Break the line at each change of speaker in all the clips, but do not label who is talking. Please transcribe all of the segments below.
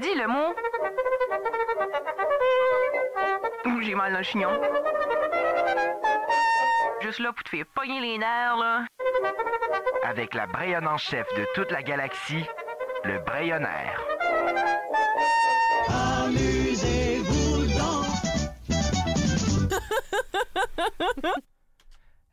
dit le mot. Ouh, j'ai mal dans le chignon. Juste là pour te faire pogner les nerfs, là.
Avec la Brayonne en chef de toute la galaxie, le Brayonnaire.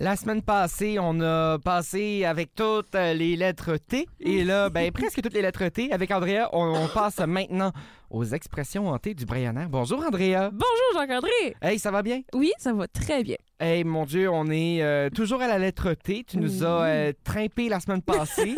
La semaine passée, on a passé avec toutes euh, les lettres T. Et là, ben, presque toutes les lettres T. Avec Andrea, on, on passe maintenant aux expressions hantées du Brayonnaire. Bonjour, Andrea.
Bonjour Jacques-André!
Hey, ça va bien?
Oui, ça va très bien.
Hey, mon Dieu, on est euh, toujours à la lettre T. Tu nous as euh, trimpé la semaine passée.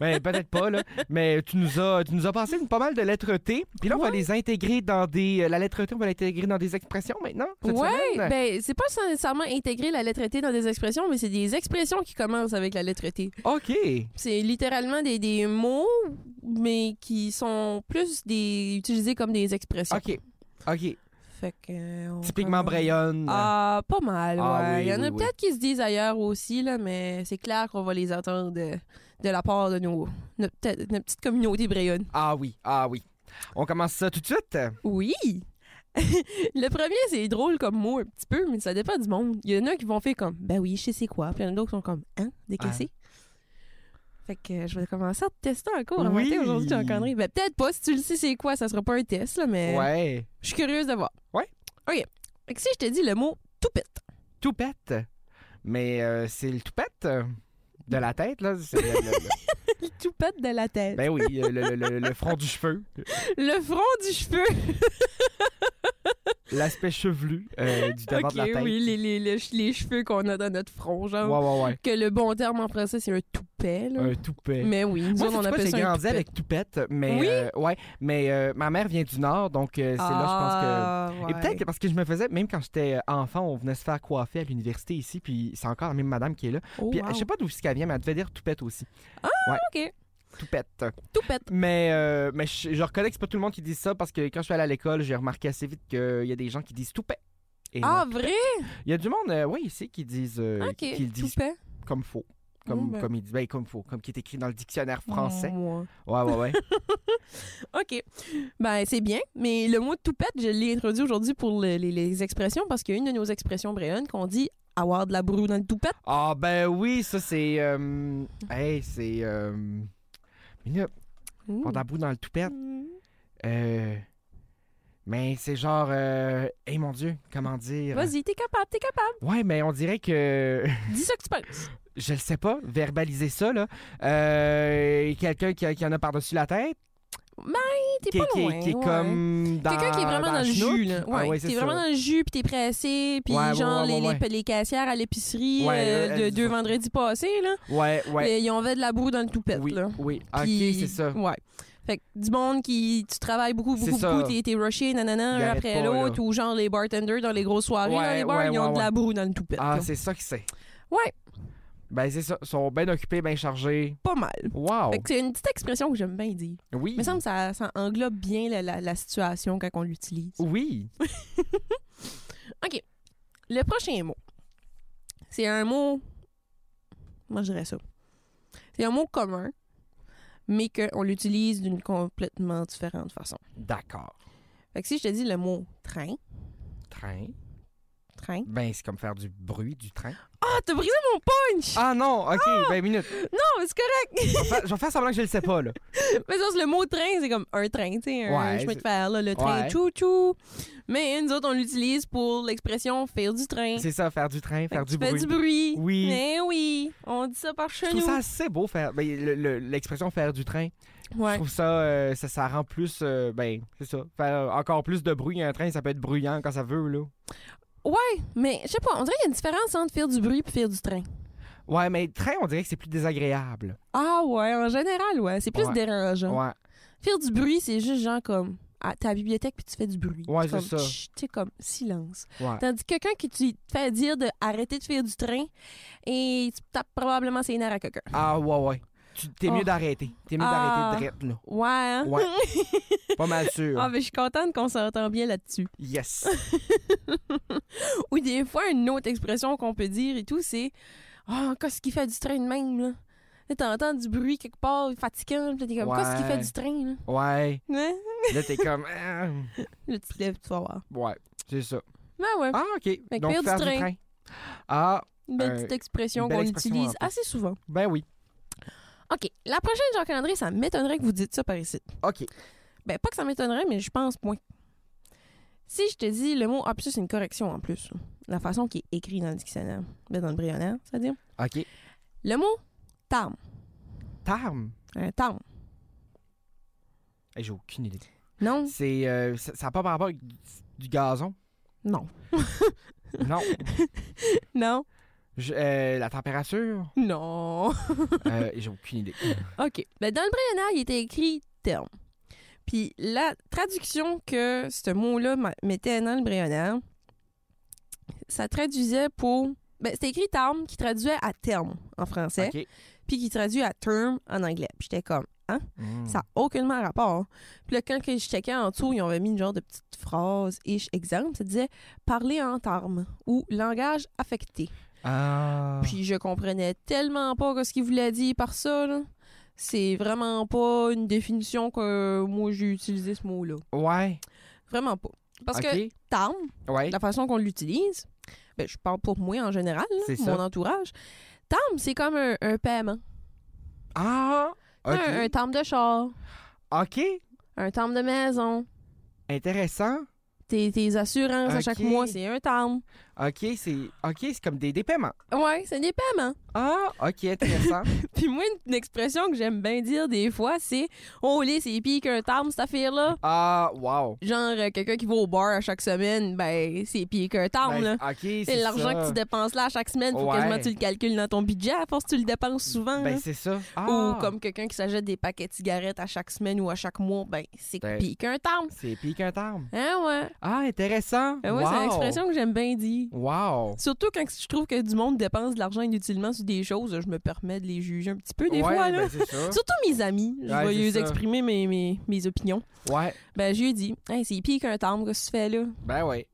ben, peut-être pas, là. Mais tu nous as, tu nous as passé une, pas mal de lettres T. Puis là, on va les intégrer dans des. euh, La lettre T, on va l'intégrer dans des expressions maintenant? cette
Ouais,
semaine?
ben c'est pas sans nécessairement intégrer la lettre T dans des expressions, mais c'est des expressions qui commencent avec la lettre T.
OK.
C'est littéralement des, des mots, mais qui sont plus des utilisés comme des expressions.
OK. OK.
Fait que, euh, on
Typiquement
commence-
Brayonne.
Ah, pas mal, ouais.
Ah oui,
Il y en
oui,
a
oui.
peut-être qui se disent ailleurs aussi, là, mais c'est clair qu'on va les entendre de, de la part de nos, notre, petite- notre petite communauté Brayonne.
Ah oui, ah oui. On commence ça tout de suite.
Euh. Oui! le premier, c'est drôle comme mot un petit peu, mais ça dépend du monde. Il y en a qui vont faire comme, ben oui, je sais c'est quoi. Puis il y en a d'autres qui sont comme, hein,
Ah.
décaissé. Fait que euh, je vais commencer à te tester encore en
Oui.
matin aujourd'hui, Jean-André. Ben peut-être pas, si tu le sais c'est quoi, ça sera pas un test, là, mais
Ouais.
je suis curieuse de voir.
Ouais.
OK. Fait que si je te dis le mot toupette.
Toupette. Mais euh, c'est le toupette euh, de la tête, là. C'est le- le- le-
toupette de la tête.
ben oui, euh, le, le- le- le front du cheveu.
Le front du cheveu.
L'aspect chevelu euh, du devant
OK,
de la tête.
oui, les, les, les, les cheveux qu'on a dans notre front, genre.
Ouais, ouais, ouais.
Que le bon terme en français, c'est un toupet, là.
Un toupet.
Mais oui, nous
Moi,
autres, on
sais-tu quoi,
appelle ça
j'ai
un
grandi
toupet.
avec toupette, mais
Oui?
euh, ouais, mais euh, ma mère vient du nord, donc euh, c'est là
Ah,
je pense que. Et
ouais.
peut-être que parce que je me faisais, même quand j'étais euh, enfant, on venait se faire coiffer à l'université ici, puis c'est encore la même madame qui est là.
Oh,
Puis
wow.
je sais pas d'où c'est qu'elle vient, mais elle devait dire toupette aussi.
Ah,
Ouais.
ok.
Toupette.
Tout pète.
Mais, euh, mais je, je reconnais que c'est pas tout le monde qui dit ça parce que quand je suis allé à l'école, j'ai remarqué assez vite qu'il y a des gens qui disent toupet. Et
Ah,
non.
vrai?
Il y a du monde, euh, oui, ici, qui disent, euh,
Ok.
qui le disent
Toupet.
comme faux. Comme,
Mm, ben. Mm.
comme il dit, ben, comme faux, comme qui est écrit dans le dictionnaire français.
Moi.
Ouais, ouais, ouais.
Oh, OK. Ben, c'est bien. Mais le mot toupette, je l'ai introduit aujourd'hui pour le- les, les expressions parce qu'il y a une de nos expressions bréonnes qu'on dit avoir de la broue dans le toupette.
Ah, ben oui, ça, c'est. euh, hey, c'est. Euh, minute,
Mmh.
on a bout dans le toupette.
Mmh.
Euh, mais c'est genre. Euh, hey, mon Dieu, comment dire?
Vas-y, t'es capable, t'es capable.
Ouais, mais on dirait que.
Dis ça que tu penses.
je le sais pas, verbaliser ça, là. Euh, quelqu'un qui, a- qui en a par-dessus la tête.
Hey, T'es
Qui,
pas
qui-
loin.
qui est
ouais.
comme dans.
Quelqu'un qui est vraiment dans,
la
le
chenoute.
jus, là. Ouais,
Ah ouais, c'est
t'es
ça.
vraiment dans le jus, puis t'es pressé, puis
Ouais, ouais,
genre
ouais, ouais,
les, les-
ouais.
les caissières à l'épicerie
Ouais,
euh,
elles
de
disent
deux
ça.
vendredis passés, là,
Ouais, ouais.
euh, ils ont fait de la broue dans le toupette,
oui,
là.
oui. Ah,
Puis-
Ok, c'est ça.
Ouais. Fait que du monde qui. Tu travailles beaucoup,
C'est
beaucoup,
ça.
beaucoup, t'es, t'es rushé, nanana,
Ils
un
arrêtent
après
pas,
l'autre, ou genre les bartenders dans les grosses soirées,
Ouais,
dans les bars,
ouais,
ils ont
ouais,
de la broue dans le toupette.
Ah,
là.
c'est ça que c'est.
Ouais,
Ben, c'est ça. Ils sont bien occupés, bien chargés.
pas mal.
Wow.
Fait que c'est une petite expression que j'aime bien dire.
Oui.
Il me semble que ça, ça englobe bien la, la- la situation quand on l'utilise.
Oui.
Le prochain mot, c'est un mot. Moi, je dirais ça. C'est un mot commun, mais qu'on l'utilise d'une complètement différente façon.
D'accord.
Fait que si je te dis le mot train,
Train.
train.
Ben, c'est comme faire du bruit du train.
Ah, t'as brisé mon punch!
Ah non, ok, ben minute.
Non, mais c'est correct!
Je vais faire- je vais faire semblant que je le sais pas, là.
mais ça, c'est le mot train, c'est comme un train, tu sais, un
Ouais,
chemin
c'est-
de fer, là, le train
Ouais.
chou-chou. Mais nous autres, on l'utilise pour l'expression faire du train.
C'est ça, faire du train,
Fait
faire
que
du
tu fais
bruit.
du bruit.
Oui.
Mais oui, on dit ça par
Je
chez
trouve
nous.
ça assez beau, faire. Ben, le- le- l'expression faire du train. Je
Ouais.
trouve ça, euh, ça, ça rend plus, euh, ben, c'est ça, faire encore plus de bruit. Un train, ça peut être bruyant quand ça veut, là.
ouais, mais je sais pas, on dirait qu'il y a une différence entre faire du bruit et faire du train.
Ouais, mais train, on dirait que c'est plus désagréable.
Ah ouais, en général, ouais, c'est plus
Ouais.
dérangeant.
Ouais,
Faire du bruit, c'est juste genre comme, ah, à ta bibliothèque puis tu fais du bruit.
Ouais, c'est
comme,
ça.
Chut, Tu sais, comme silence.
ouais.
Tandis que quelqu'un qui tu te fait dire de arrêter de faire du train et tu tapes probablement ses nerfs à quelqu'un.
Ah, ouais, ouais. Tu- T'es
Oh.
mieux d'arrêter. T'es mieux
Ah.
d'arrêter de là.
Ouais. hein?
Ouais. Pas mal sûr.
Ah, mais je suis contente qu'on s'entend bien là-dessus.
Yes.
Ou des fois, une autre expression qu'on peut dire et tout, c'est Ah, qu'est-ce qu'il fait du train de même, là? Là, t'entends du bruit quelque part, fatigant. Puis là, t'es comme, qu'est-ce qui
Ouais.
fait du train, là?
Ouais.
Hein?
Là, t'es comme. Ah,
Là, tu te lèves, tu vas voir.
Ouais, c'est ça.
Ben ouais,
Ah, OK.
que
Donc,
pire du
faire du
train.
train. Ah,
une belle
euh,
petite expression
une belle
qu'on
expression, en
utilise
plus.
assez souvent.
ben oui.
OK, la prochaine, Jacques-André, ça m'étonnerait que vous dites ça par ici.
OK.
Ben, pas que ça m'étonnerait, mais je pense point. Si je te dis le mot ah, puis ça, c'est une correction en plus. La façon qui est écrite dans le dictionnaire, ben, dans le brionnaire, c'est-à-dire.
OK.
Le mot tam,
Tarm.
un tam.
Hey, J'ai aucune idée.
Non,
C'est. euh, ça ça a pas par rapport avec du- du gazon?
non,
Non.
non,
Je- euh, la température?
non.
Euh, J'ai aucune idée.
OK. Ben, dans le brionnaire, il était écrit terme. Puis la traduction que ce mot-là ma- mettait dans le brionnaire, ça traduisait pour. Ben, c'était écrit terme qui traduisait à terme en français,
OK.
puis qui traduit à term en anglais. Puis j'étais comme,
Mm.
ça n'a aucunement rapport. hein. Puis là, quand que je checkais en dessous, ils avaient mis une genre de petite phrase, ish, exemple, ça disait parler en termes ou langage affecté.
Ah.
Puis je comprenais tellement pas ce qu'il voulait dire par ça. là. C'est vraiment pas une définition que moi j'ai utilisé ce mot-là.
Ouais.
Vraiment pas. Parce
OK.
que tarme,
Ouais.
la façon qu'on l'utilise, ben, je parle pour moi en général, là,
C'est
mon
ça.
entourage. Tarme, c'est comme un, un paiement.
Ah. OK.
Un, un tarme de char,
OK.
un tarme de maison.
Intéressant.
Tes, tes assurances à chaque
Ok.
mois, c'est un tarme.
OK, c'est OK, c'est comme des, des paiements.
Ouais, c'est des paiements.
Ah, OK, intéressant.
Puis moi, une- une expression que j'aime bien dire des fois, c'est Oh, les c'est pire qu'un tarme, cette affaire-là.
ah, wow.
genre euh, quelqu'un qui va au bar à chaque semaine, ben c'est pire qu'un
Ben,
tarme là.
OK, c'est
C'est l'argent
ça.
que tu dépenses là à chaque semaine, faut
Ouais.
quasiment que tu le calcules dans ton budget, à force tu le dépenses souvent. là.
Ben c'est ça. Ah,
Ou comme quelqu'un qui s'achète des paquets de cigarettes à chaque semaine ou à chaque mois, ben c'est
Ben.
pire qu'un tarme.
c'est pique un terme.
Hein ouais.
Ah, intéressant.
Ben ouais,
wow.
c'est une expression que j'aime bien dire.
Wow.
Surtout quand je trouve que du monde dépense de l'argent inutilement sur des choses, je me permets de les juger un petit peu des
ouais,
fois là.
ben, c'est ça.
Surtout mes amis, je
Ouais,
vais
c'est
les
ça.
exprimer mes, mes, mes opinions.
Ouais.
Ben, je lui ai dit, Hey, c'est pire qu'un tarme, qu'est-ce que tu fais là?
Ben ouais.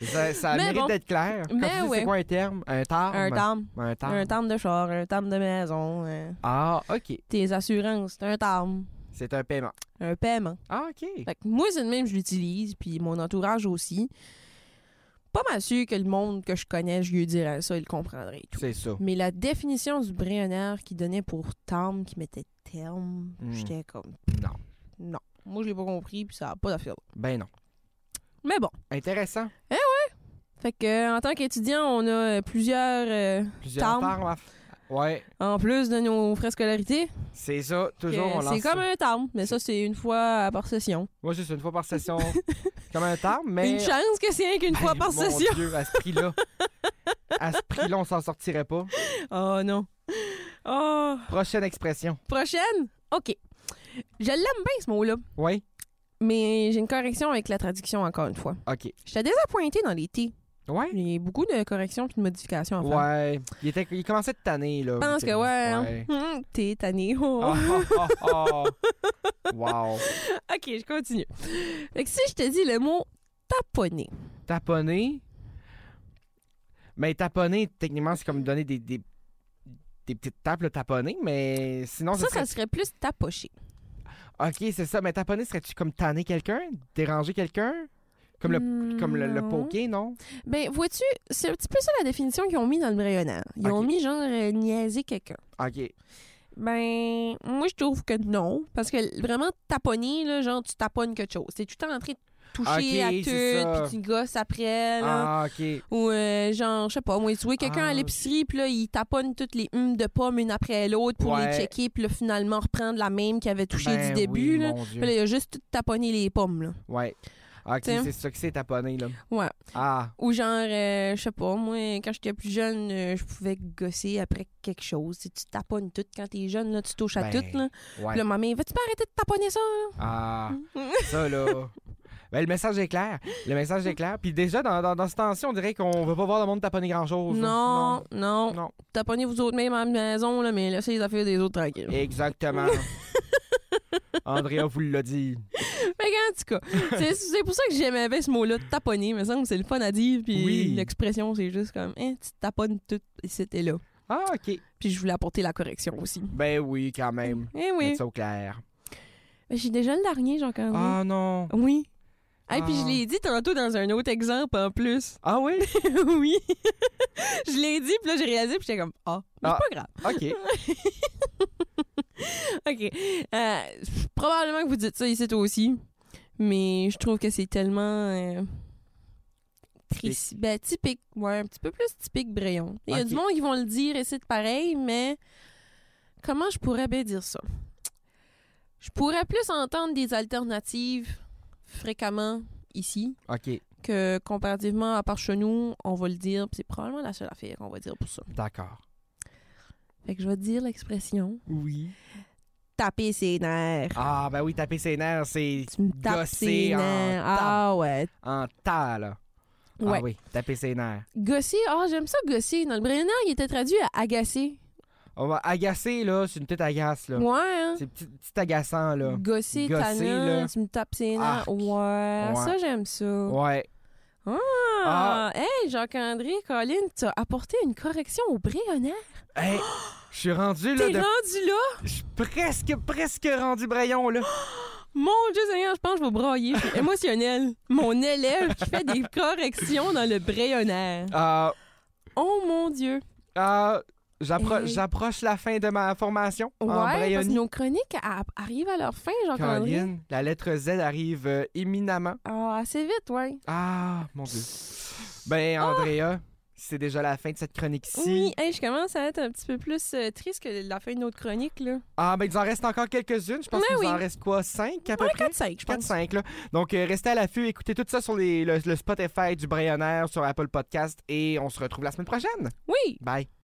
ça ça
Mais
mérite
bon.
d'être clair. Quand
Mais
tu dis
ouais.
c'est quoi un terme Un terme.
Un tarme.
Un terme.
Un terme de char, un terme de maison, euh,
Ah, OK.
tes assurances, c'est un terme,
C'est un paiement.
un paiement.
Ah, OK.
Fait que moi, c'est le même, je l'utilise, puis mon entourage aussi. Pas mal sûr que le monde que je connais, je lui dirais ça, il comprendrait et tout.
C'est ça.
Mais la définition du brionnaire qui donnait pour terme, qui mettait terme,
Hmm.
j'étais comme,
Non.
non. Moi, je l'ai pas compris, puis ça a pas d'affaire.
Ben non.
Mais bon.
Intéressant.
Fait que, euh, en tant qu'étudiant, on a euh, plusieurs, euh,
Plusieurs
Terme.
termes. à f- Ouais,
en plus de nos frais scolarité,
c'est ça.
que
Toujours on lance
c'est
ça.
comme un terme, mais ça, c'est une fois par session.
Moi, juste une fois par session. comme un terme, mais.
Une chance que c'est rien qu'une fois
Hey,
par
mon
session.
Dieu, à ce prix-là. à ce prix-là, on s'en sortirait pas.
Oh non. Oh.
Prochaine expression.
Prochaine? OK. Je l'aime bien, ce mot-là.
Oui?
Mais j'ai une correction avec la traduction, encore une fois.
OK.
J'étais désappointée dans les T.
Ouais?
Il y a beaucoup de corrections et de modifications à faire.
Ouais. Il, était, il commençait de tanner, là.
Je pense que ouais.
Ouais.
hein. Hum, T'es tanné. Oh.
Oh, oh, oh, oh. wow.
OK, je continue. Fait que si je te dis le mot taponner.
Taponner. Mais taponner, techniquement, c'est comme donner des, des, des petites tapes, le taponner, mais sinon, Ah,
ça,
ça, serait...
ça serait plus tapocher.
OK, c'est ça. Mais taponner, serais-tu comme tanner quelqu'un? Déranger quelqu'un? Comme le,
Hmm,
comme le, le
non.
poker, non?
Ben, vois-tu, c'est un petit peu ça la définition qu'ils ont mis dans le brayonnard. Ils ont
OK.
mis genre euh, niaiser quelqu'un.
OK.
Ben, moi, je trouve que non. Parce que vraiment, taponner, là, genre, tu taponnes quelque chose. T'es tout le temps en train de toucher
Ok,
à
c'est ça.
tout, puis tu gosses après, là.
Ah, OK.
Ou, euh, genre, je sais pas, moi, tu vois quelqu'un
Ah.
à l'épicerie, puis là, il taponne toutes les humes de pommes une après l'autre pour
Ouais.
les checker, puis là, finalement, reprendre la même qu'il avait touché
Ben
du début,
oui,
là.
mon Dieu.
Puis là, il a juste tout taponné les pommes, là.
Ouais. Ok,
T'sais.
c'est ça que c'est taponner, là.
Ouais.
Ah,
Ou genre, euh, je sais pas, moi, quand j'étais plus jeune, euh, je pouvais gosser après quelque chose. Tu tu taponnes tout. Quand t'es jeune, là, tu touches
Ben,
à tout, là.
ouais.
Puis là, ma mère, vas-tu pas arrêter de taponner ça, là?
Ah,
Mm.
ça, là. Ben, le message est clair. Le message est clair. Puis déjà, dans, dans, dans ce temps-ci, on dirait qu'on veut pas voir le monde taponner grand-chose. là.
Non, non.
Non. Non.
Taponnez vous autres même à la maison, là, mais laissez les affaires des autres tranquilles.
Exactement. Andrea vous l'a dit.
Fait qu'en Ben, tout cas, c'est- c'est pour ça que j'aimais bien ce mot-là, taponner. Il me semble que c'est le fun à dire, puis
Oui.
l'expression, c'est juste comme, hein, tu taponnes tout, et c'était là.
Ah, OK.
Puis je voulais apporter la correction aussi.
Ben oui, quand même.
Eh
Mettre
oui. Ben,
ça au clair.
J'ai déjà le dernier, jean claude
Ah non.
Oui. Et puis je
Ah.
l'ai dit tantôt dans un autre exemple en plus.
Ah oui?
oui. je l'ai dit, puis là j'ai réalisé, puis j'étais comme ah, mais
Ah.
c'est pas grave.
OK.
OK. Euh, pff, probablement que vous dites ça ici toi aussi, mais je trouve que c'est tellement euh, triste. Ben, typique, ouais, un petit peu plus typique Brayon. Il y a
Ok.
du monde qui vont le dire et c'est pareil, mais comment je pourrais bien dire ça? Je pourrais plus entendre des alternatives fréquemment ici
OK.
que comparativement à par chez nous, on va le dire, puis c'est probablement la seule affaire qu'on va dire pour ça.
D'accord.
Fait que je vais te dire l'expression
Oui.
taper ses nerfs.
Ah, ben oui, taper ses nerfs, c'est
Tu me tapes
Gosser
ses
en
nerfs.
tape.
Ah ouais.
en tas, là.
Ouais.
Ah oui, taper ses nerfs.
Gosser, ah j'aime ça gosser. Dans le Brenner, il était traduit à agacer.
On va agacer, là, c'est une petite agace, là.
Ouais, hein?
C'est petit, petit agaçant, là.
Gosser,
Gosser, là.
tannant, tu me tapes ses nerfs.
Arc.
Ouais, ça j'aime ça.
Ouais.
Ah, hey, Jacques-André, Colin, t'as apporté une correction au Bréonnaire.
Hey, je suis rendu, là,
T'es
de...
rendu là?
je suis presque, presque rendu Brayon, là.
Mon Dieu Seigneur, je pense que je vais brailler. Je suis émotionnelle. Mon élève qui fait des corrections dans le Bréonnaire.
Ah,
Oh mon Dieu.
ah, j'appro-
Hey.
J'approche la fin de ma formation
Ouais,
en
parce que
Brayonie.
nos chroniques a- arrivent à leur fin, Jacques-André.
Caroline, la lettre Z arrive euh, éminemment.
Ah, assez vite, ouais.
Ah, mon Dieu. Ben, Andrea, c'est déjà la fin de cette chronique-ci.
Ah! Oui, hey, je commence à être un petit peu plus euh, triste que la fin de notre chronique, là.
Ah, ben, il nous en reste encore quelques-unes. Je pense
Ben
qu'il nous en
oui.
reste quoi? Cinq à peu
Ouais,
près?
4-5, je pense.
4-5, là. Donc, euh, restez à l'affût. Écoutez tout ça sur les- le, le Spotify du Brayonnaire, sur Apple Podcast. Et on se retrouve la semaine prochaine.
Oui!
Bye.